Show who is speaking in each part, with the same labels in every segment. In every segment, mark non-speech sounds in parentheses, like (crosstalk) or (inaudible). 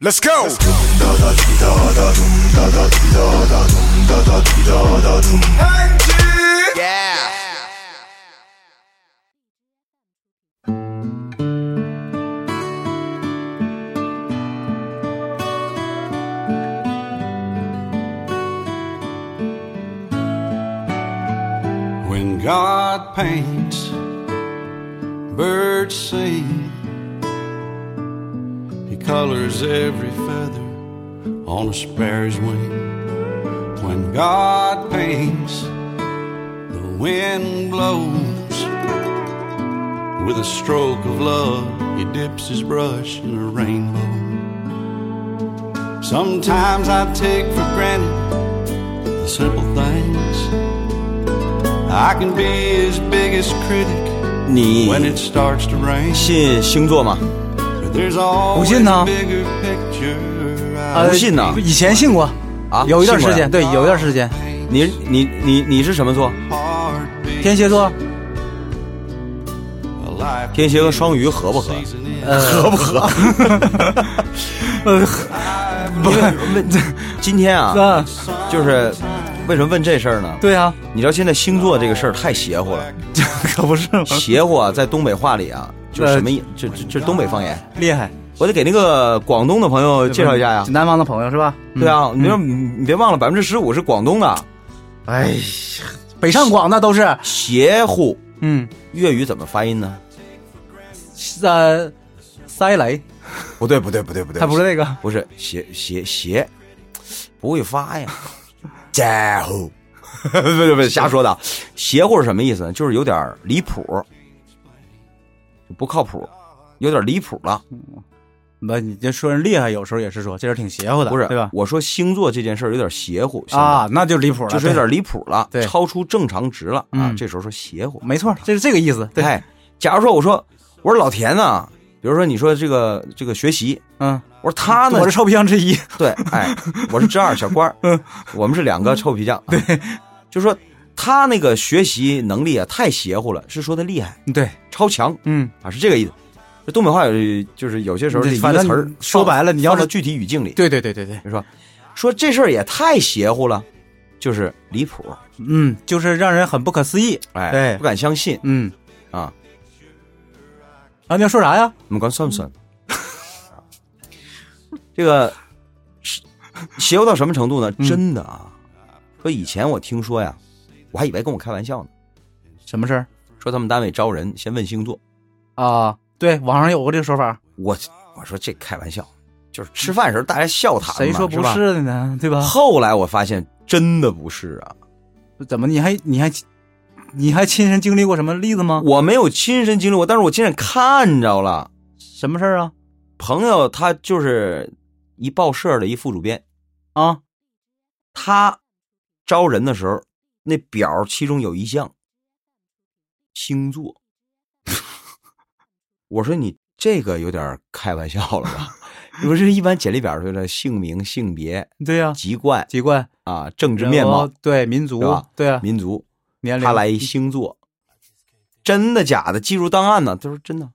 Speaker 1: Let's go. Yeah.
Speaker 2: When God paints, birds sing. He colors every feather on a sparrow's wing. When God paints, the wind blows. With a stroke of love, he dips his brush in a rainbow. Sometimes I take for granted the simple things. I can be his biggest critic
Speaker 3: 你
Speaker 2: when it starts to rain.
Speaker 3: 信星座吗？
Speaker 2: But there's always
Speaker 4: 信呢
Speaker 2: a bigger picture.
Speaker 4: 呃
Speaker 3: 不信 Uh, 呢
Speaker 4: 以前信过，
Speaker 3: 啊，
Speaker 4: 有一段
Speaker 3: 信
Speaker 4: 时
Speaker 3: 过呀
Speaker 4: 间，对，有一段时间，
Speaker 3: 你你你你是什么座？
Speaker 2: Heartbeat,
Speaker 4: 天蝎座，
Speaker 2: a life
Speaker 3: 天蝎和双鱼合不合？Uh,
Speaker 2: season
Speaker 4: 合不合？呃，不 (laughs) 是，
Speaker 3: 今天啊，
Speaker 4: 啊，
Speaker 3: 就是为什么问这事儿呢？
Speaker 4: 对啊，
Speaker 3: 你知道现在星座这个事儿太邪乎了，
Speaker 4: (laughs) 可不是吗？
Speaker 3: 邪乎啊，在东北话里啊，
Speaker 4: 呃
Speaker 3: 就是什么意，这这这东北方言，
Speaker 4: 厉害，
Speaker 3: 我得给那个广东的朋友介绍一下呀。
Speaker 4: 嗯南方的朋友是吧？嗯
Speaker 3: 对，啊，你说你你别忘了，百分之十五是广东的
Speaker 4: 哎呀，北上广那都是，
Speaker 3: 邪乎。
Speaker 4: 嗯，
Speaker 3: 粤语怎么发音呢？
Speaker 4: 呃，塞雷，
Speaker 3: 不对，不对，不对，不对，
Speaker 4: 他不是那个，
Speaker 3: 不是邪邪邪，不会发呀。
Speaker 1: 家伙，
Speaker 3: (laughs) 不不不，瞎说的。邪乎是什么意思呢？就是有点儿离谱，不靠谱，有点儿离谱了。
Speaker 4: 不，你这说人厉害，有时候也是说，这人挺邪乎的，
Speaker 3: 不是，
Speaker 4: 对吧？
Speaker 3: 我说星座这件事儿有点邪乎，行吗
Speaker 4: 啊，那就离谱了，
Speaker 3: 就是有点离谱了，
Speaker 4: 对
Speaker 3: 超出正常值了啊
Speaker 4: 嗯。
Speaker 3: 这时候说邪乎
Speaker 4: 对，，没错，这是这个意思，对，
Speaker 3: 哎，假如说我说我说老田呢、比如说你说这个这个学习，
Speaker 4: 嗯，
Speaker 3: 我说他呢
Speaker 4: 我是，臭皮匠之一，
Speaker 3: 对，哎，我是之二小官儿，
Speaker 4: 嗯
Speaker 3: 我们是两个臭皮匠，对，就说他那个学习能力啊太邪乎了，是说他厉害
Speaker 4: 对，
Speaker 3: 超强
Speaker 4: 嗯，
Speaker 3: 啊，是这个意思。这东北话有就是有些时候是一
Speaker 4: 反
Speaker 3: 个
Speaker 4: 正
Speaker 3: 词儿，
Speaker 4: 说白了你要是
Speaker 3: 放到具体语境里，
Speaker 4: 对对对对对，
Speaker 3: 就说说这事儿也太邪乎了，就是离谱，
Speaker 4: 嗯，就是让人很不可思议，
Speaker 3: 哎，
Speaker 4: 对
Speaker 3: 不敢相信
Speaker 4: 嗯，
Speaker 3: 啊。
Speaker 4: 啊，你要说啥呀？
Speaker 3: 我们管算不算？这个是邪乎到什么程度呢？
Speaker 4: 嗯
Speaker 3: 真的啊！说以前我听说呀，我还以为跟我开玩笑呢，
Speaker 4: 什么事儿
Speaker 3: 说他们单位招人先问星座，
Speaker 4: 啊？对，网上有过这个说法，
Speaker 3: 我我说这开玩笑，就是吃饭时候大家笑谈嘛，
Speaker 4: 谁说
Speaker 3: 是
Speaker 4: 不
Speaker 3: 吧？
Speaker 4: 是啊的呢？对吧？
Speaker 3: 后来我发现真的不是啊，
Speaker 4: 怎么你还你还你还亲身经历过什么例子吗？
Speaker 3: 我没有亲身经历过，但是我亲眼看着了。
Speaker 4: 什么事儿啊？
Speaker 3: 朋友他就是一报社的一副主编，
Speaker 4: 啊，
Speaker 3: 他招人的时候，那表儿其中有一项星座。 (laughs) 我说你这个有点儿开玩笑了吧？ (laughs) 不是一般简历表儿就是姓名、性别、
Speaker 4: 对呀、
Speaker 3: 籍贯
Speaker 4: 籍贯、
Speaker 3: 啊、政治面
Speaker 4: 然
Speaker 3: 貌
Speaker 4: 后、对民族
Speaker 3: 对吧，
Speaker 4: 对啊，
Speaker 3: (laughs) 民族，
Speaker 4: 年龄。
Speaker 3: 他来一星座，真的假的？记入档案呢？他说真的。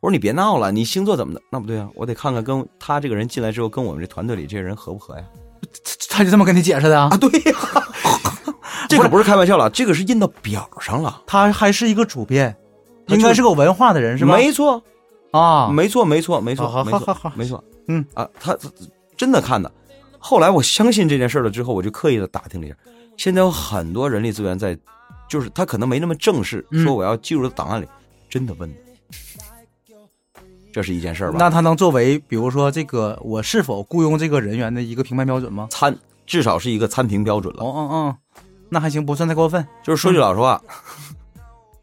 Speaker 3: 我说你别闹了，你星座怎么的？那不对啊，我得看看跟他这个人进来之后，跟我们这团队里这个人合不合呀？
Speaker 4: 他就这么跟你解释的啊？
Speaker 3: 啊，对呀、 (laughs) 这可不是开玩笑了，这个是印到表上了，
Speaker 4: 他还是一个主编，
Speaker 3: 他就
Speaker 4: 应该是个有文化的人是吧？
Speaker 3: 没错，
Speaker 4: 啊，
Speaker 3: 没错，没错，没错，
Speaker 4: 好好
Speaker 3: 没错
Speaker 4: 好好好
Speaker 3: 没错，
Speaker 4: 嗯
Speaker 3: 啊，他他真的看的。后来我相信这件事了之后，我就刻意的打听了一下，现在有很多人力资源在，就是他可能没那么正式，
Speaker 4: 嗯
Speaker 3: 说我要记入档案里，真的问的，这是一件事儿吧？
Speaker 4: 那他能作为比如说这个我是否雇佣这个人员的一个评判标准吗？
Speaker 3: 参至少是一个参评标准了。
Speaker 4: 哦哦哦，那还行，不算太过分，
Speaker 3: 就是说句老实话，
Speaker 4: 嗯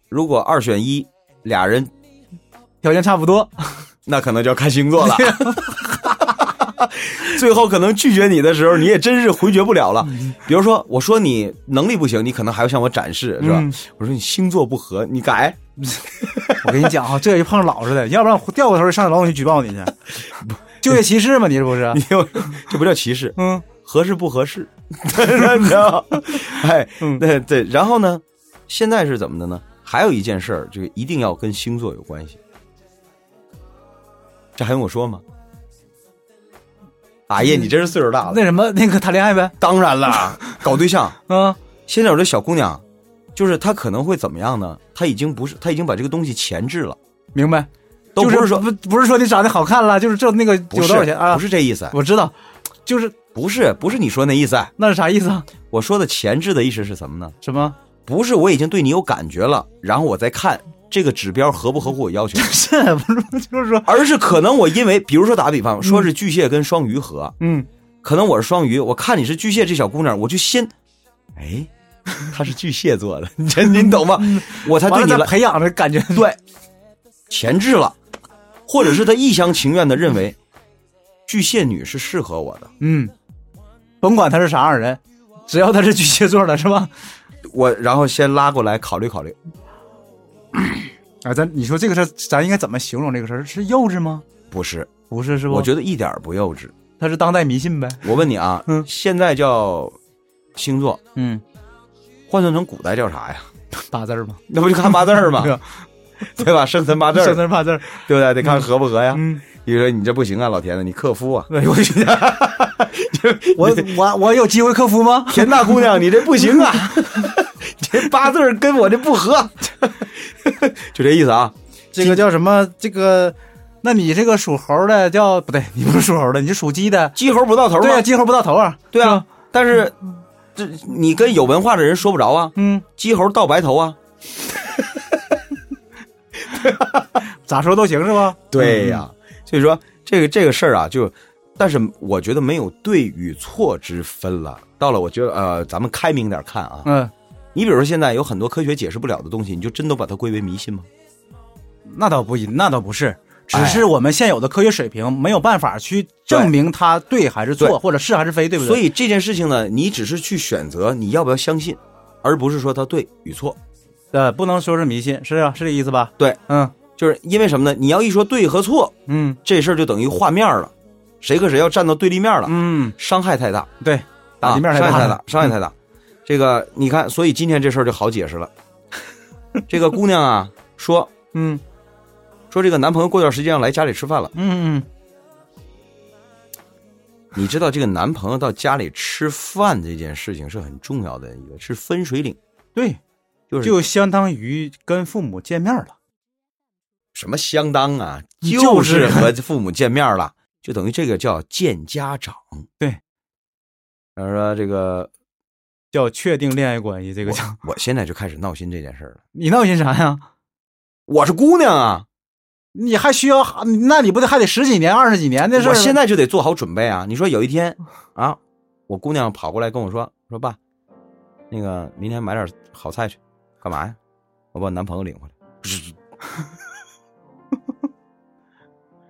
Speaker 3: 如果二选一，俩人
Speaker 4: 条件差不多。 (laughs)
Speaker 3: 那可能就要看星座了。 (laughs) 最后可能拒绝你的时候，你也真是回绝不了了。
Speaker 4: 嗯
Speaker 3: 比如说，我说你能力不行，你可能还要向我展示，是吧？
Speaker 4: 嗯
Speaker 3: 我说你星座不合，你改， (laughs)
Speaker 4: 我跟你讲啊，这一碰上老实的，要不然我掉过头就上劳动局举报你
Speaker 3: (laughs)
Speaker 4: 去，就业歧视嘛，你这不是
Speaker 3: 你？就这不叫歧视，
Speaker 4: 嗯
Speaker 3: 合适不合适， (laughs) 你知道吗？哎，
Speaker 4: 嗯
Speaker 3: 对对。然后呢，现在是怎么的呢？还有一件事儿，这个一定要跟星座有关系。这还用我说吗？哎呀，你真是岁数大了。
Speaker 4: (laughs) 那什么，那个谈恋爱呗，
Speaker 3: 当然了，搞对象，
Speaker 4: 啊，
Speaker 3: 现在有这小姑娘，就是她可能会怎么样呢？她已经不是，她已经把这个东西前置了，
Speaker 4: 明白？
Speaker 3: 都
Speaker 4: 就
Speaker 3: 不
Speaker 4: 是
Speaker 3: 是说
Speaker 4: 不不是说你长得好看了，就是挣那个有
Speaker 3: 不
Speaker 4: 多少钱
Speaker 3: 是
Speaker 4: 啊？
Speaker 3: 不，是这意思，
Speaker 4: 我知道，就是
Speaker 3: 不是不是你说那意思。
Speaker 4: 那是啥意思啊？
Speaker 3: 我说的前置的意思是什么呢？
Speaker 4: 什么？
Speaker 3: 不是我已经对你有感觉了，然后我再看这个指标合不合乎我要求，
Speaker 4: 这不是 (laughs) 就是说，
Speaker 3: 而是可能我因为，比如说打个比方，说是巨蟹跟双鱼合，
Speaker 4: 嗯，
Speaker 3: 可能我是双鱼，我看你是巨蟹这小姑娘，我就先，哎，她是巨蟹座的，您您懂吗？我才
Speaker 4: 嗯
Speaker 3: 对
Speaker 4: 完了
Speaker 3: 你
Speaker 4: 再
Speaker 3: 来
Speaker 4: 培养的感觉， (laughs)
Speaker 3: 对前置了，或者是他一厢情愿的认为巨蟹女是适合我的，
Speaker 4: 嗯， (laughs) 甭管他是啥样的人，只要他是巨蟹座的，是吧？
Speaker 3: 我然后先拉过来考虑考虑，
Speaker 4: 啊，咱你说这个事儿，咱应该怎么形容这个事儿？是幼稚吗？
Speaker 3: 不是，
Speaker 4: 不是，是不？
Speaker 3: 我觉得一点儿不幼稚。
Speaker 4: 他是当代迷信呗。
Speaker 3: 我问你啊，
Speaker 4: (laughs) 嗯
Speaker 3: 现在叫星座，
Speaker 4: (laughs) 嗯，
Speaker 3: 换算成古代叫啥呀？ (laughs)
Speaker 4: 八字儿嘛，
Speaker 3: 那不就看八字
Speaker 4: (laughs)
Speaker 3: 儿吗？
Speaker 4: 对吧
Speaker 3: 对吧？生辰八
Speaker 4: (laughs)
Speaker 3: 字儿，
Speaker 4: 生辰八字儿。啊
Speaker 3: 对不对？得看合不合呀。
Speaker 4: 嗯，
Speaker 3: 你说你这不行啊，老田呐，你克夫啊！ (laughs)
Speaker 4: 对我我啊我有机会克服吗？ (laughs)
Speaker 3: 田大姑娘，你这不行啊， (laughs) 你这八字儿跟我这不合，就这意思啊。
Speaker 4: 这个叫什么？这个，那你这个属猴的叫不对，你不是属猴的，你是属鸡的。
Speaker 3: 鸡猴不到头
Speaker 4: 对
Speaker 3: 嘛
Speaker 4: 啊，，鸡猴嗯不到头啊。
Speaker 3: 对
Speaker 4: 是
Speaker 3: 啊
Speaker 4: 吧，，
Speaker 3: 但是这你跟有文化的人说不着啊，
Speaker 4: 嗯，
Speaker 3: 鸡猴到白头啊。
Speaker 4: 咋说都行是吧？
Speaker 3: 嗯所以说这个这个事儿啊，就但是我觉得没有对与错之分了。到了，我觉得呃，咱们开明点看啊。
Speaker 4: 嗯，
Speaker 3: 你比如说现在有很多科学解释不了的东西，你就真都把它归为迷信吗？
Speaker 4: 嗯，那倒不一，那倒不是。只
Speaker 3: 哎
Speaker 4: 是我们现有的科学水平没有办法去证明它对还是
Speaker 3: 对
Speaker 4: 错，或者是还是非，对不对？
Speaker 3: 所以这件事情呢，你只是去选择你要不要相信，而不是说它对与错。
Speaker 4: 呃，不能说是迷信，是啊，是这意思吧？
Speaker 3: 对，
Speaker 4: 嗯
Speaker 3: 就是因为什么呢？你要一说对和错，
Speaker 4: 嗯
Speaker 3: 这事儿就等于画面了，谁和谁要站到对立面了，
Speaker 4: 嗯，
Speaker 3: 伤害太大。
Speaker 4: 对，打击面
Speaker 3: 啊
Speaker 4: 太
Speaker 3: 伤害太
Speaker 4: 大
Speaker 3: 大，，伤害太大。这个你看，所以今天这事儿就好解释
Speaker 4: (laughs)
Speaker 3: 了。这个姑娘啊，说
Speaker 4: 嗯
Speaker 3: 说这个男朋友过段时间要来家里吃饭了。
Speaker 4: 嗯嗯
Speaker 3: 你知道这个男朋友到家里吃饭这件事情是很重要的一个，是分水岭，
Speaker 4: 嗯，
Speaker 3: 就
Speaker 4: 对，
Speaker 3: 是
Speaker 4: 就相当于跟父母见面了。
Speaker 3: 什么相当啊，就
Speaker 4: 嗯就是是
Speaker 3: 和父母见面了，就等于这个叫见家长。
Speaker 4: 对，
Speaker 3: 然后说这个，
Speaker 4: 叫确定恋爱关系，这个叫
Speaker 3: 我现在就开始闹心这件事儿了。
Speaker 4: 你闹心啥呀？
Speaker 3: 我是姑娘啊，
Speaker 4: 你还需要，那你不得还得十几年、二十几年的事儿？
Speaker 3: 我现在就得做好准备啊！你说有一天啊，我姑娘跑过来跟我说：“说爸，那个明天买点好菜去，干嘛呀？我把我男朋友领回来。”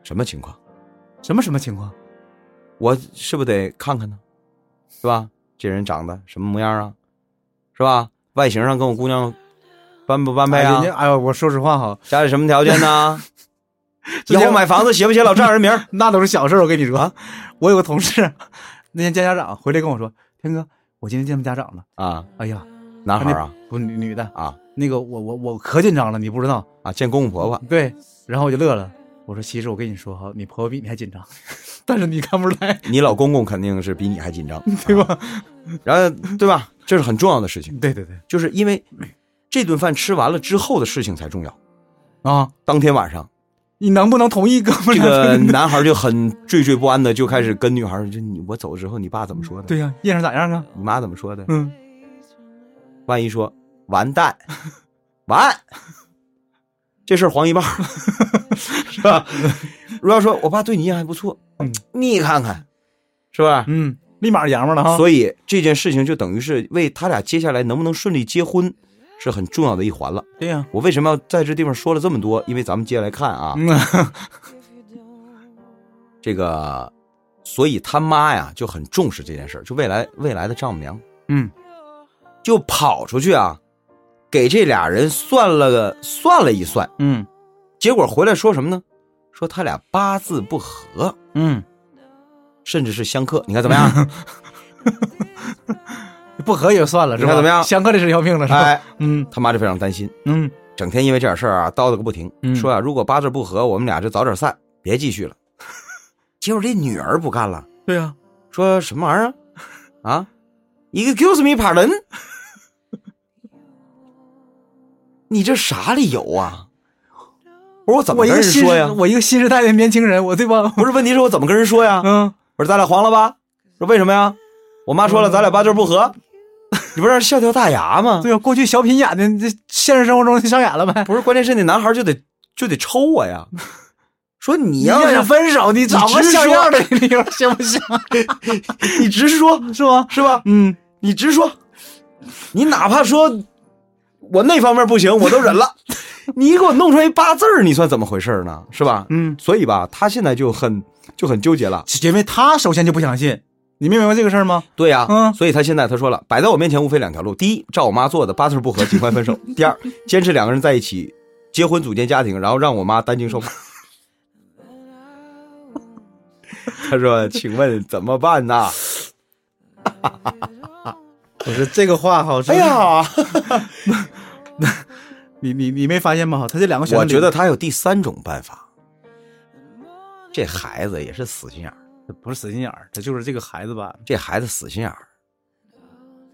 Speaker 3: 什么情况？
Speaker 4: 什么什么情况？
Speaker 3: 我是不是得看看呢？是吧？这人长得什么模样啊？是吧？外形上跟我姑娘般不般配啊
Speaker 4: 哎？呀，哎呦，我说实话哈，
Speaker 3: 家里什么条件呢？以
Speaker 4: 之前
Speaker 3: 后买房子写不写老丈人名儿？
Speaker 4: (laughs) 那都是小事儿。我跟你说，我有个同事那天见家长回来跟我说：“天哥，我今天见家长了。
Speaker 3: 啊，”
Speaker 4: 哎呀，
Speaker 3: 男孩
Speaker 4: 他
Speaker 3: 儿
Speaker 4: 那
Speaker 3: 啊
Speaker 4: 不女女的，
Speaker 3: 啊
Speaker 4: 那个我我我可紧张了，你不知道。
Speaker 3: 啊，见公公婆婆。
Speaker 4: 对，然后我就乐了，我说：“其实我跟你说哈，你婆婆比你还紧张， (laughs) 但是你看不
Speaker 3: (laughs)
Speaker 4: 出来，
Speaker 3: 你老公公肯定是比你还紧张，
Speaker 4: (laughs)
Speaker 3: 啊
Speaker 4: 对吧？”
Speaker 3: 然后对吧？这是很重要的事情，
Speaker 4: 对对对，
Speaker 3: 就是因为这顿饭吃完了之后的事情才重要。
Speaker 4: 啊，
Speaker 3: 当天晚上，
Speaker 4: 你能不能同意哥
Speaker 3: 这
Speaker 4: 们俩
Speaker 3: 个
Speaker 4: 这个？
Speaker 3: 男孩就很惴惴不安的就开始跟女孩儿，就你我走之后，你爸怎么说的？
Speaker 4: 对呀、验证咋样啊？
Speaker 3: 你妈怎么说的？
Speaker 4: 嗯，
Speaker 3: 万一说完蛋， (laughs) 完，这事儿黄一半
Speaker 4: (laughs)
Speaker 3: 儿，是吧？如果要说我爸对你印象还不错，
Speaker 4: 嗯
Speaker 3: 你看看，是吧？
Speaker 4: 嗯，立马阳们了哈。
Speaker 3: 所以这件事情就等于是为他俩接下来能不能顺利结婚是很重要的一环了。
Speaker 4: 对呀、
Speaker 3: 我为什么要在这地方说了这么多？因为咱们接下来看啊，
Speaker 4: 嗯， (laughs)
Speaker 3: 这个，所以他妈呀就很重视这件事儿，就未来未来的丈母娘
Speaker 4: 嗯，
Speaker 3: 就跑出去啊，给这俩人算了个算了一算，
Speaker 4: 嗯，
Speaker 3: 结果回来说什么呢？说他俩八字不合，
Speaker 4: 嗯，
Speaker 3: 甚至是相克。你看怎么样？
Speaker 4: (laughs) 不合也就算了，是
Speaker 3: 你
Speaker 4: 吧？
Speaker 3: 看怎么样
Speaker 4: 相克这是要命了，是吧？
Speaker 3: 哎，
Speaker 4: 嗯
Speaker 3: 他妈就非常担心。
Speaker 4: 嗯
Speaker 3: 整天因为这点事儿啊叨叨个不停，
Speaker 4: 嗯
Speaker 3: 说啊，如果八字不合，我们俩就早点散，别别继
Speaker 4: (laughs)
Speaker 3: 续了。结果这女儿不干了，
Speaker 5: 对啊，
Speaker 3: 说什么玩意儿啊？啊，Excuse me, pardon，你这啥理由啊？我说我怎么
Speaker 4: 我一
Speaker 3: 跟
Speaker 4: 个
Speaker 3: 人
Speaker 4: 新
Speaker 3: 说呀
Speaker 4: 时，？我一个新时代的年轻人，我对吧？
Speaker 3: 不是，问题是我怎么跟人说呀？
Speaker 4: (laughs) 嗯，
Speaker 3: 我说咱俩黄了吧？说为什么呀？我妈说了，咱俩八字不
Speaker 4: (laughs)
Speaker 3: 合，你不是让人笑掉大牙吗？
Speaker 4: 对啊，过去小品演的，这现实生活中就上演了呗。
Speaker 3: 不是，关键是那男孩就得就得抽我
Speaker 4: (laughs)
Speaker 3: 呀，说你
Speaker 4: 你
Speaker 3: 要是
Speaker 4: 想分手，你找个
Speaker 3: 直
Speaker 4: 像
Speaker 3: 说
Speaker 4: 样的理 (laughs) 由行不行？
Speaker 3: 你直说
Speaker 4: 是吗？
Speaker 3: 是吧？
Speaker 4: 嗯，
Speaker 3: 你直说，你哪怕说我那方面不行，我都 (laughs) 忍了。你给我弄出来一八字儿，你算怎么回事呢？是吧？
Speaker 4: 嗯，
Speaker 3: 所以吧，他现在就很就很纠结了。
Speaker 4: 是因为他首先就不相信，你明白这个事儿吗？
Speaker 3: 对呀、
Speaker 4: 嗯
Speaker 3: 所以他现在他说了，摆在我面前无非两条路：第一，照我妈做的，八字不合，尽快 (laughs) 分手；第二，坚持两个人在一起，结婚组建家庭，然后让我妈担惊受 (laughs) 怕。他说：“请问怎么办呢
Speaker 5: 我说这个话好？”像，
Speaker 3: 哎呀，
Speaker 4: (laughs) 你你你没发现吗？他这两个选择
Speaker 3: 我
Speaker 4: 里，
Speaker 3: 觉得他有第三种办法。这孩子也是死心眼儿，
Speaker 4: 不是死心眼儿，他就是这个孩子吧。
Speaker 3: 这孩子死心眼儿。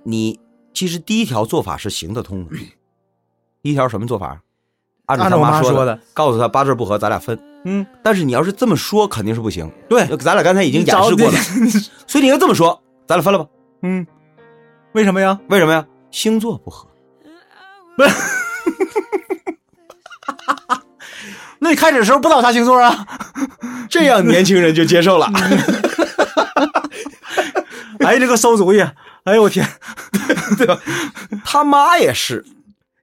Speaker 3: 你其实第一条做法是行得通的，第一条什么做法？按照他
Speaker 4: 按照我妈
Speaker 3: 说
Speaker 4: 说的
Speaker 3: 告诉他八字不合，咱俩分。
Speaker 4: 嗯，
Speaker 3: 但是你要是这么说，肯定是不行。
Speaker 4: 对，
Speaker 3: 咱俩刚才已经演示过
Speaker 4: (laughs)
Speaker 3: 了，所以你要这么说，咱俩分了吧？
Speaker 4: 嗯，为什么呀？
Speaker 3: 为什么呀？星座不合。
Speaker 4: (laughs) 那你开始的时候不知道啥星座
Speaker 3: (laughs)
Speaker 4: 啊？
Speaker 3: 这样年轻人就接 (laughs) 受了。
Speaker 4: 哎，这个馊主意！哎呦我天，
Speaker 3: 他妈也是，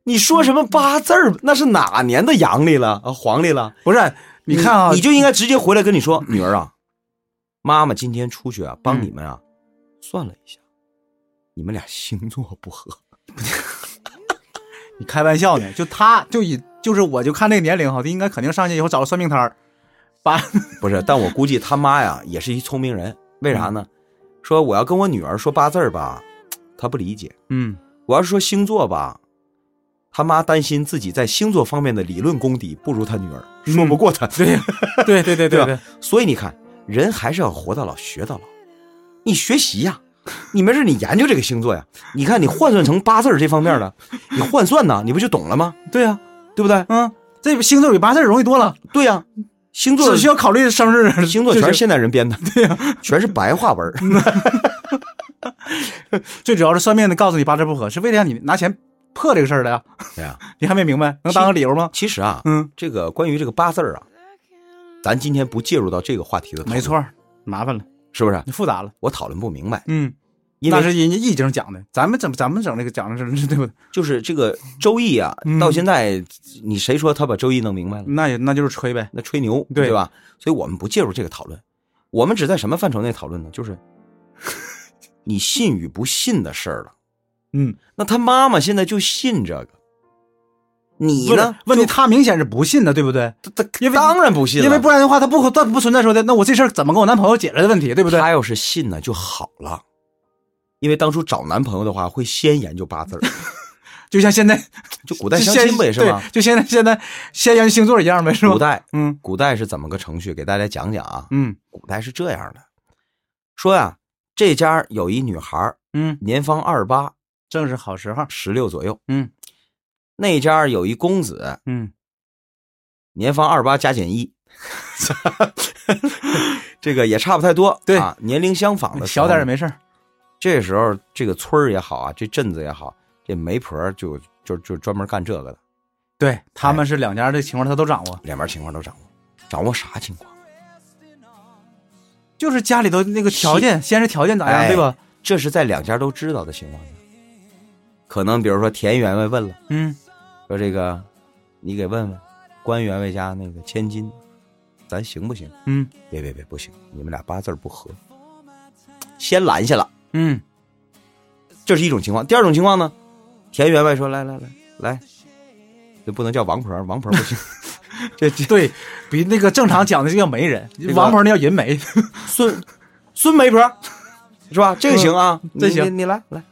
Speaker 3: 你说什么八字儿，那是哪年的阳历了啊？黄历了？
Speaker 4: 不是，你看啊，嗯
Speaker 3: 你就应该直接回来跟你说，女儿啊，妈妈今天出去啊，帮你们啊、算了一下，你们俩星座不合。
Speaker 4: 你开玩笑呢？就他就以就是我就看这个年龄哈，他应该肯定上去以后找个算命摊儿，把
Speaker 3: 不是，但我估计他妈呀也是一聪明人，为啥呢？说我要跟我女儿说八字儿吧，她不理解；
Speaker 4: 嗯
Speaker 3: 我要是说星座吧，他妈担心自己在星座方面的理论功底不如他女儿，说不过他。对呀、
Speaker 4: (laughs) 对对
Speaker 3: 对
Speaker 4: 对对
Speaker 3: 吧
Speaker 4: 对，
Speaker 3: 所以你看，人还是要活到老学到老。你学习呀、你没事你研究这个星座呀，你看你换算成八字儿这方面 (laughs) 的，你换算呐，你不就懂了吗？
Speaker 4: 对呀，
Speaker 3: 对不对？
Speaker 4: 嗯，这星座比八字容易多了，
Speaker 3: 对呀、星座
Speaker 4: 只需要考虑生日，
Speaker 3: 星座全是现代人编的，对呀、嗯全是白话文儿。
Speaker 4: 最主要是算命的告诉你八字不合，是为了让你拿钱破这个事儿的呀。
Speaker 3: 对呀、
Speaker 4: (laughs) 你还没明白，能当个理
Speaker 3: (laughs)
Speaker 4: 由吗？
Speaker 3: 其实啊，
Speaker 4: 嗯，
Speaker 3: 这个关于这个八字儿啊，咱今天不介入到这个话题的，
Speaker 4: 没，错，麻烦了，
Speaker 3: 是不是？
Speaker 4: 复杂了。
Speaker 3: 我讨论不明白，
Speaker 4: 嗯，
Speaker 3: 因
Speaker 4: 那
Speaker 3: 为
Speaker 4: 是人家易经讲的，咱们怎么咱们整这个讲的是 (laughs) 对不对？
Speaker 3: 就是这个《周易》啊，
Speaker 4: 嗯
Speaker 3: 到现在你谁说他把《周易》弄明白了？
Speaker 4: 那也那就是吹呗。
Speaker 3: 那吹牛，
Speaker 4: 嗯对
Speaker 3: 吧？所以我们不介入这个讨论，我们只在什么范畴内讨论呢？就是
Speaker 4: (laughs)
Speaker 3: 你信与不信的事儿了。
Speaker 4: 嗯，
Speaker 3: 那他妈妈现在就信这个，你
Speaker 4: 问
Speaker 3: 呢？
Speaker 4: 问题他明显是不信的，对不对？
Speaker 3: 他
Speaker 4: 因为
Speaker 3: 当然不信了，
Speaker 4: 因为不然的话，他不可他不存在说的，那我这事儿怎么跟我男朋友解决的问题，对不对？
Speaker 3: 他要是信呢就好了，因为当初找男朋友的话会先研究八字儿，
Speaker 4: 就像现在，
Speaker 3: (laughs) 就古
Speaker 4: 就
Speaker 3: 代相
Speaker 4: 现
Speaker 3: 亲不也是吗
Speaker 4: (laughs) 对？就现在现在先研究星座一样呗，是吧
Speaker 3: 古？代
Speaker 4: 嗯
Speaker 3: 古代是怎么个程序？给大家讲讲啊。
Speaker 4: 嗯
Speaker 3: 古代是这样的，说呀、这家有一女孩儿
Speaker 4: 嗯，
Speaker 3: 年方二八，
Speaker 4: 正是好时候。
Speaker 3: 十六左右。
Speaker 4: 嗯
Speaker 3: 那家有一公子，
Speaker 4: 嗯，
Speaker 3: 年方二八加减
Speaker 4: (laughs)
Speaker 3: 一，这个也差不太多。
Speaker 4: 对嗯
Speaker 3: 啊，年龄相仿的时候
Speaker 4: 小点儿也。没事儿。
Speaker 3: 这时候这个村儿也好啊，这镇子也好，这媒婆儿就就就专门干这个的，
Speaker 4: 对
Speaker 3: 哎
Speaker 4: 他们是两家的情况，他都掌握。
Speaker 3: 两边情况都掌握，掌握啥情况？
Speaker 4: 就是家里头那个条件，先是条件咋样，
Speaker 3: 哎
Speaker 4: 对吧？
Speaker 3: 这是在两家都知道的情况下，可能比如说田员外问了，
Speaker 4: 嗯，
Speaker 3: 说这个你给问问关员外家那个千金，咱行不行？
Speaker 4: 嗯，
Speaker 3: 别别别，不行，你们俩八字儿不合，先拦下了。
Speaker 4: 嗯，
Speaker 3: 这是一种情况。第二种情况呢，田员外说：“来来来来，这不能叫王婆，王婆不行。这这
Speaker 4: 对比那个正常讲的就叫媒人，
Speaker 3: 个
Speaker 4: 王婆那叫人媒。
Speaker 3: 孙孙媒婆是吧？这个行啊，
Speaker 4: 嗯
Speaker 3: 你
Speaker 4: 这行
Speaker 3: 你你来来。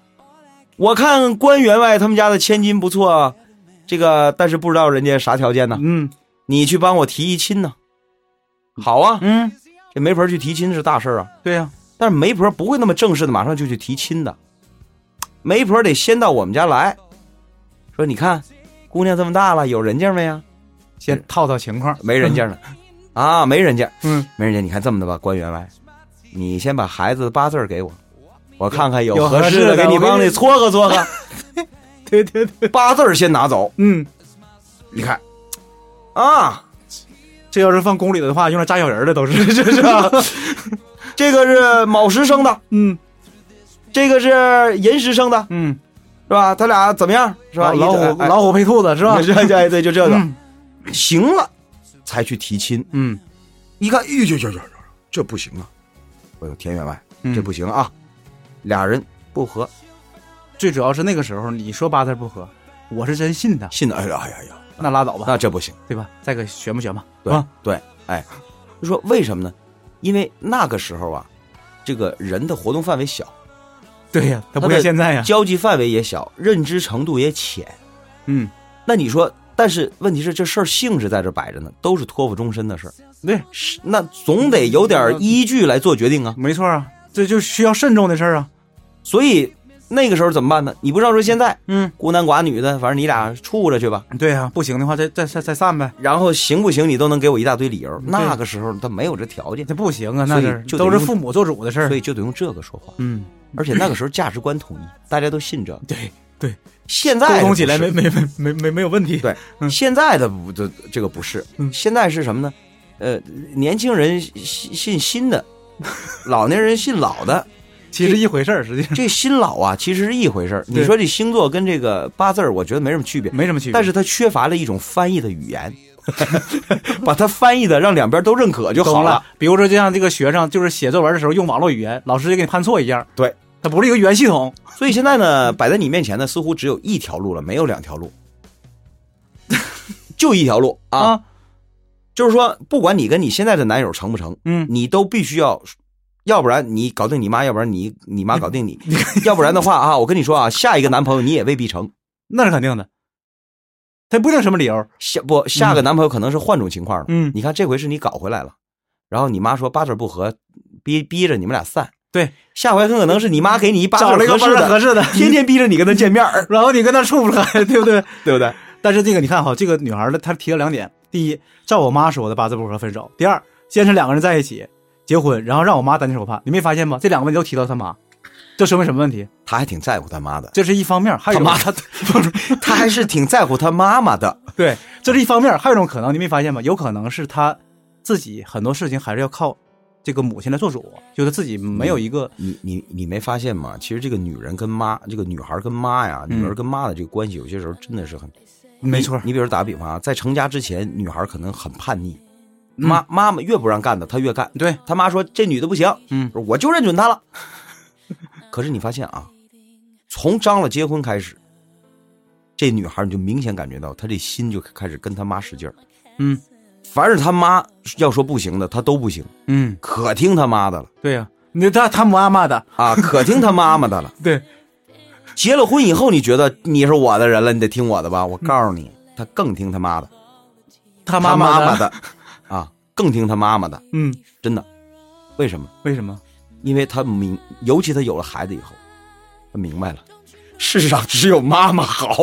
Speaker 3: 我看关员外他们家的千金不错，啊，这个但是不知道人家啥条件呢？
Speaker 4: 嗯，
Speaker 3: 你去帮我提一亲呢、好啊，
Speaker 4: 嗯，
Speaker 3: 这媒婆去提亲是大事儿啊，
Speaker 4: 对呀、
Speaker 3: 但是媒婆不会那么正式的马上就去提亲的，媒婆得先到我们家来，说你看，姑娘这么大了，有人家没啊呀？
Speaker 4: 先套套情况。
Speaker 3: 没人家呢，啊，没人家，
Speaker 4: 嗯，
Speaker 3: 没人家。你看这么的吧，关员外，你先把孩子的八字儿给我，我看看
Speaker 4: 有
Speaker 3: 合
Speaker 4: 合
Speaker 3: 适
Speaker 4: 适的
Speaker 3: 给你
Speaker 4: 我给
Speaker 3: 帮
Speaker 4: 你
Speaker 3: 你撮合撮合。
Speaker 4: (laughs) (laughs) 对对对，
Speaker 3: 八字儿先拿走，
Speaker 4: 嗯，
Speaker 3: 你看，啊，
Speaker 4: 这要是放宫里的话，用来扎小人儿的都是， (laughs) 是是吧？
Speaker 3: 这个是卯时生的，
Speaker 4: 嗯
Speaker 3: 这个是寅时生的，
Speaker 4: 嗯，
Speaker 3: 是吧？他俩怎么样？是吧？
Speaker 4: 老虎
Speaker 3: 哎
Speaker 4: 老虎配兔子是吧？
Speaker 3: 对对对对，就这个、
Speaker 4: 嗯
Speaker 3: 行了，才去提亲。
Speaker 4: 嗯，
Speaker 3: 一看，哎呦呦呦呦呦，这不行啊！哎呦，田员外，
Speaker 4: 嗯
Speaker 3: 这不行啊，俩人不和，
Speaker 4: 最主要是那个时候你说八字不合，我是真信他，
Speaker 3: 信的，哎呀哎呀哎呀，
Speaker 4: 那拉倒吧，
Speaker 3: 那这不行，
Speaker 4: 对吧？再给悬吧悬吧，
Speaker 3: 对、
Speaker 4: 啊
Speaker 3: 对，哎，就说为什么呢？因为那个时候啊，这个人的活动范围小，
Speaker 4: 对呀，他
Speaker 3: 他
Speaker 4: 不
Speaker 3: 的
Speaker 4: 像现在呀，
Speaker 3: 交际范围也小，认知程度也浅。
Speaker 4: 嗯，
Speaker 3: 那你说，但是问题是这事儿性质在这摆着呢，都是托付终身的事儿，
Speaker 4: 对，
Speaker 3: 是那总得有点依据来做决定啊。
Speaker 4: 没错啊，这就需要慎重的事儿啊，
Speaker 3: 所以那个时候怎么办呢？你不知道说现在
Speaker 4: 嗯，
Speaker 3: 孤男寡女的，反正你俩处着去吧，
Speaker 4: 对呀，不行的话再再再再散呗，
Speaker 3: 然后行不行你都能给我一大堆理由。那个时候他没有这条件，
Speaker 4: 这不行啊，
Speaker 3: 所
Speaker 4: 那
Speaker 3: 以
Speaker 4: 是
Speaker 3: 就得
Speaker 4: 都是
Speaker 3: 用
Speaker 4: 父母做主的事儿
Speaker 3: 所，以就得用这个说话。
Speaker 4: 嗯，
Speaker 3: 而且那个时候价值观统一，大家都信这个。
Speaker 4: 对对，
Speaker 3: 现在
Speaker 4: 沟
Speaker 3: 的
Speaker 4: 通
Speaker 3: 不
Speaker 4: 起来
Speaker 3: 是
Speaker 4: 没没没没没没有问题，
Speaker 3: 对
Speaker 4: 嗯
Speaker 3: 现在的不这这个不是，
Speaker 4: 嗯
Speaker 3: 现在是什么呢？呃，年轻人信信新
Speaker 4: (laughs)
Speaker 3: 的，老年人信老的。
Speaker 4: 其实一回事儿，实际上
Speaker 3: 这新老
Speaker 4: (laughs)
Speaker 3: 啊，其实是一回事儿。你
Speaker 4: 对
Speaker 3: 说这星座跟这个八字儿，我觉得没什么区别，
Speaker 4: 没什么区别，
Speaker 3: 但是它缺乏了一种翻译的语
Speaker 4: (laughs)
Speaker 3: 言， (laughs) 把它翻译的让两边都认可就好
Speaker 4: 懂
Speaker 3: 了
Speaker 4: 了。。比如说，就像这个学生，就是写作文的时候用网络语言，老师就给你判错一样。
Speaker 3: 对，
Speaker 4: 它不是一个语言系统。
Speaker 3: 所以现在呢，摆在你面前呢，似乎只有一条路了，没有两条
Speaker 4: (laughs)
Speaker 3: 路，就一条路啊。
Speaker 4: 啊
Speaker 3: 就是说，不管你跟你现在的男友成不成，
Speaker 4: 嗯
Speaker 3: 你都必须要，要不然你搞定你妈，要不然你你妈搞定
Speaker 4: (laughs)
Speaker 3: 你，要不然的话啊，我跟你说啊，下一个男朋友你也未必成，
Speaker 4: 那是肯定的。他不一定什么理由。
Speaker 3: 下不下个男朋友可能是换种情况了。
Speaker 4: 嗯
Speaker 3: 你看这回是你搞回来了，然后你妈说八字不合，逼逼着你们俩散。
Speaker 4: 对，
Speaker 3: 下回很可能是你妈给你一巴
Speaker 4: 找了一个
Speaker 3: 合
Speaker 4: 班
Speaker 3: 适
Speaker 4: 儿
Speaker 3: 的，
Speaker 4: 合适 (laughs) 的，
Speaker 3: 天天逼着你跟他见面
Speaker 4: (laughs)
Speaker 3: 儿
Speaker 4: 然后你跟他处不来，对不对？
Speaker 3: 对不对？
Speaker 4: 但是这个你看哈，这个女孩儿的她提了两点：第一，照我妈说的八字不合分手；第二，坚持两个人在一起结婚，然后让我妈担惊受怕。你没发现吗？这两个问题都提到他妈，这说明什么问题？
Speaker 3: 他还挺在乎他妈
Speaker 4: (laughs)
Speaker 3: 的，
Speaker 4: 这是一方面，还有
Speaker 3: 他妈
Speaker 4: 他
Speaker 3: 他还是挺在乎他妈妈的。
Speaker 4: (laughs) 对，这是一方面，还有一种可能，你没发现吗？有可能是他自己很多事情还是要靠这个母亲来做主，就是自己没有一个
Speaker 3: 你你你没发现吗？其实这个女人跟妈，这个女孩跟妈呀，
Speaker 4: 嗯
Speaker 3: 女儿跟妈的这个关系，有些时候真的是很
Speaker 4: 没错
Speaker 3: 你你比如打个比方啊，在成家之前，女孩可能很叛逆，
Speaker 4: 嗯
Speaker 3: 妈妈妈越不让干的，她越干。
Speaker 4: 对，
Speaker 3: 他妈说这女的不行，
Speaker 4: 嗯，
Speaker 3: 我就认准她了。 (laughs) 可是你发现啊，从张罗结婚开始，这女孩你就明显感觉到她这心就开始跟她妈使劲儿。
Speaker 4: 嗯
Speaker 3: 凡是她妈要说不行的，她都不行，
Speaker 4: 嗯，
Speaker 3: 可听她妈的了
Speaker 4: 对呀、你他他妈妈的，
Speaker 3: 啊，可听她妈妈的了。
Speaker 4: 对，
Speaker 3: 结了婚以后，你觉得你是我的人了，你得听我的吧？我告诉你，她更听她妈的。
Speaker 4: 他
Speaker 3: 他
Speaker 4: 妈
Speaker 3: 妈
Speaker 4: (laughs) 的，
Speaker 3: 的啊，更听他妈妈的，
Speaker 4: 嗯，
Speaker 3: 真的。为什么？
Speaker 4: 为什么？
Speaker 3: 因为他明，尤其他有了孩子以后，他明白了，世上只有妈妈好。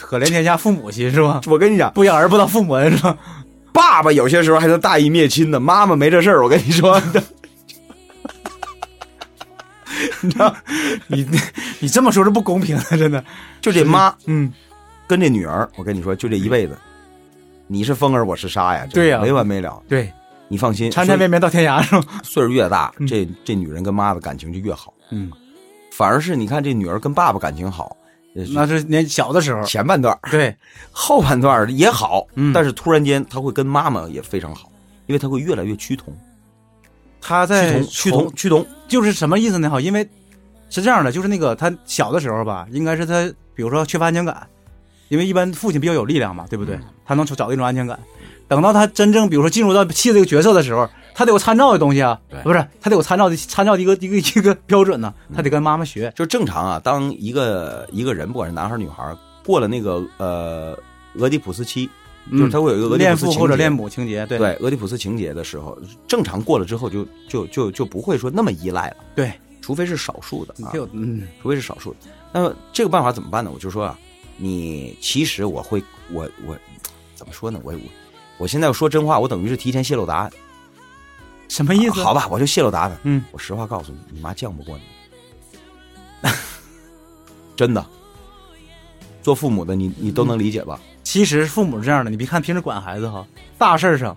Speaker 4: 可怜天下父母心是吧？
Speaker 3: (laughs) 我跟你讲，
Speaker 4: 不养儿不当父母恩是吧？
Speaker 3: 爸爸有些时候还能大义灭亲呢，妈妈没这事儿。我跟你说， (laughs)
Speaker 4: 你 (laughs) 你这么说是不公平的，真的。
Speaker 3: 就这妈
Speaker 4: 嗯，
Speaker 3: 跟这女儿，我跟你说，就这一辈子，你是风儿，我是沙呀，真的
Speaker 4: 对呀
Speaker 3: 没完没了。
Speaker 4: 对，
Speaker 3: 你放心，
Speaker 4: 缠缠绵绵到天涯是吧？
Speaker 3: 所以岁数越大，
Speaker 4: 嗯
Speaker 3: 这这女人跟妈的感情就越好，
Speaker 4: 嗯，
Speaker 3: 反而是你看这女儿跟爸爸感情好，呃
Speaker 4: 那是年小的时候，
Speaker 3: 前半段儿。
Speaker 4: 对，
Speaker 3: 后半段儿也好，
Speaker 4: 嗯
Speaker 3: 但是突然间他会跟妈妈也非常好，因为他会越来越趋同，
Speaker 4: 他
Speaker 3: 趋
Speaker 4: 在
Speaker 3: 同，趋同，趋同。
Speaker 4: 就是什么意思呢？哈，因为 (laughs) 是这样的，就是那个他小的时候吧，应该是他比如说缺乏安全感，因为一般父亲比较有力量嘛，对不对？
Speaker 3: 嗯
Speaker 4: 他能找到一种安全感。等到他真正比如说进入到妻子这个角色的时候，他得有参照的东西啊
Speaker 3: 对，嗯
Speaker 4: 不是他得有参照的参照的一个一个一个标准呢、他得跟妈妈学。
Speaker 3: 就正常啊，当一个一个人不管是男孩儿女孩儿，过了那个呃俄狄浦斯期，就是他会有一个俄狄
Speaker 4: 嗯恋
Speaker 3: 浦斯
Speaker 4: 父
Speaker 3: 情
Speaker 4: 或者
Speaker 3: 节
Speaker 4: 恋母情节，对
Speaker 3: 对俄狄浦斯情节的时候，正常过了之后就就就就不会说那么依赖了，啊
Speaker 4: 对，
Speaker 3: 除非是少数的
Speaker 4: 你
Speaker 3: 啊，
Speaker 4: 就嗯，
Speaker 3: 除非是少数的。那么这个办法怎么办呢？我就说啊，你其实我会，我我怎么说呢？我我我现在说真话，我等于是提前泄露答案。
Speaker 4: 什么意思？
Speaker 3: 好吧，我就泄露答案。
Speaker 4: 嗯，
Speaker 3: 我实话告诉你，你妈犟不过你， (laughs) 真的。做父母的你，你都能理解吧？
Speaker 4: 其实父母是这样的，你别看平时管孩子哈，大事儿上，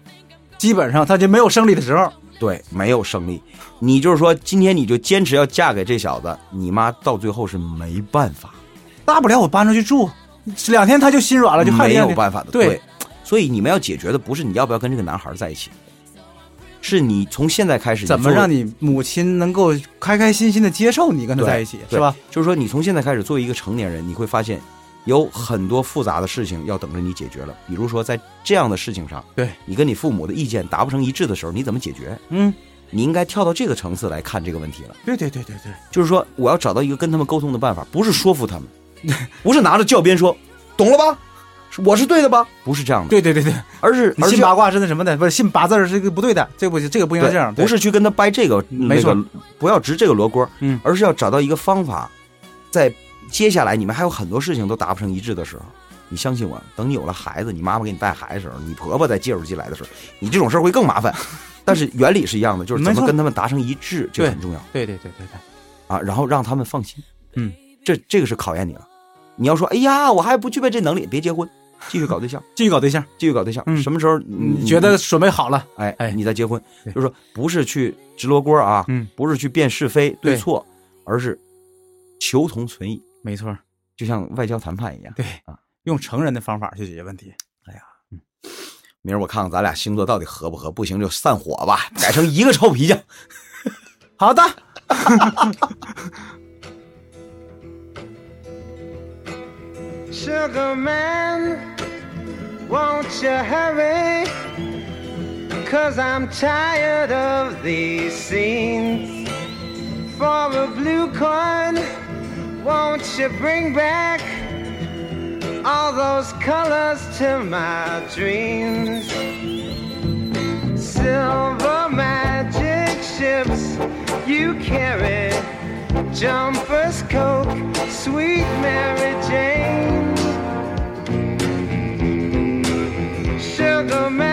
Speaker 4: 基本上他就没有胜利的时候。
Speaker 3: 对，没有胜利。你就是说，今天你就坚持要嫁给这小子，你妈到最后是没办法，
Speaker 4: 大不了我搬出去住，两天他就心啊软了，就害
Speaker 3: 没
Speaker 4: 恋
Speaker 3: 有
Speaker 4: 恋
Speaker 3: 办法的。
Speaker 4: 对
Speaker 3: 所以你们要解决的不是你要不要跟这个男孩在一起，是你从现在开始
Speaker 4: 怎么让
Speaker 3: 你
Speaker 4: 你母亲能够开开心心的接受你跟他
Speaker 3: 对
Speaker 4: 在一起，
Speaker 3: 对
Speaker 4: 是吧？
Speaker 3: 做？就是说，你从现在开始作为一个成年人，你会发现有很多复杂的事情要等着你解决了。比如说，在这样的事情上，
Speaker 4: 对
Speaker 3: 你跟你父母的意见达不成一致的时候，你怎么解决？
Speaker 4: 嗯，
Speaker 3: 你应该跳到这个层次来看这个问题了。
Speaker 4: 对对对对对，
Speaker 3: 就是说我要找到一个跟他们沟通的办法，不是说服他 (laughs) 们，不是拿着教鞭说，懂了吧？是我是对的吧？不是这样的，
Speaker 4: 对对对对，
Speaker 3: 而是
Speaker 4: 你
Speaker 3: 而是
Speaker 4: 信八卦是那什么的，不是信八字儿是个不对的，这不这个不应该
Speaker 3: 对
Speaker 4: 这样，
Speaker 3: 不是去跟他掰这个，
Speaker 4: 没错
Speaker 3: 那个，不要执这个罗锅，
Speaker 4: 嗯
Speaker 3: 而是要找到一个方法，在接下来你们还有很多事情都达不成一致的时候。你相信我，等你有了孩子，你妈妈给你带孩子的时候，你婆婆再介入进来的时候，你这种事儿会更麻烦。 (laughs) 但是原理是一样的，就是怎
Speaker 4: 没
Speaker 3: 么
Speaker 4: 错
Speaker 3: 跟他们达成一致，这个
Speaker 4: 对
Speaker 3: 很重要。
Speaker 4: 对对对对对，
Speaker 3: 啊，然后让他们放心。
Speaker 4: 嗯，
Speaker 3: 这这个是考验你了。你要说，哎呀，我还不具备这能力，别结婚，继续搞对象，
Speaker 4: 继续搞对象，
Speaker 3: 继续搞对象。
Speaker 4: 嗯
Speaker 3: 什么时候
Speaker 4: 你觉得准备好了？
Speaker 3: 哎
Speaker 4: 哎
Speaker 3: 你再结婚，
Speaker 4: 对
Speaker 3: 就是说不是去直罗锅啊，
Speaker 4: 嗯，
Speaker 3: 不是去辨是非对
Speaker 4: 对
Speaker 3: 错，而是求同存异，
Speaker 4: 没错，
Speaker 3: 就像外交谈判一样。
Speaker 4: 对
Speaker 3: 啊，
Speaker 4: 用成人的方法去解决问题。
Speaker 3: 明儿我看看咱俩星座到底合不合，不行就散伙吧，改成一个臭皮匠。
Speaker 4: 好的，
Speaker 6: Sugar man, won't you hurry? Cause I'm tired of these scenes. For a blue coin, won't you bring back all those colors to my dreams? Silver magic ships you carry jumpers, coke, sweet Mary Jane. Sugar man,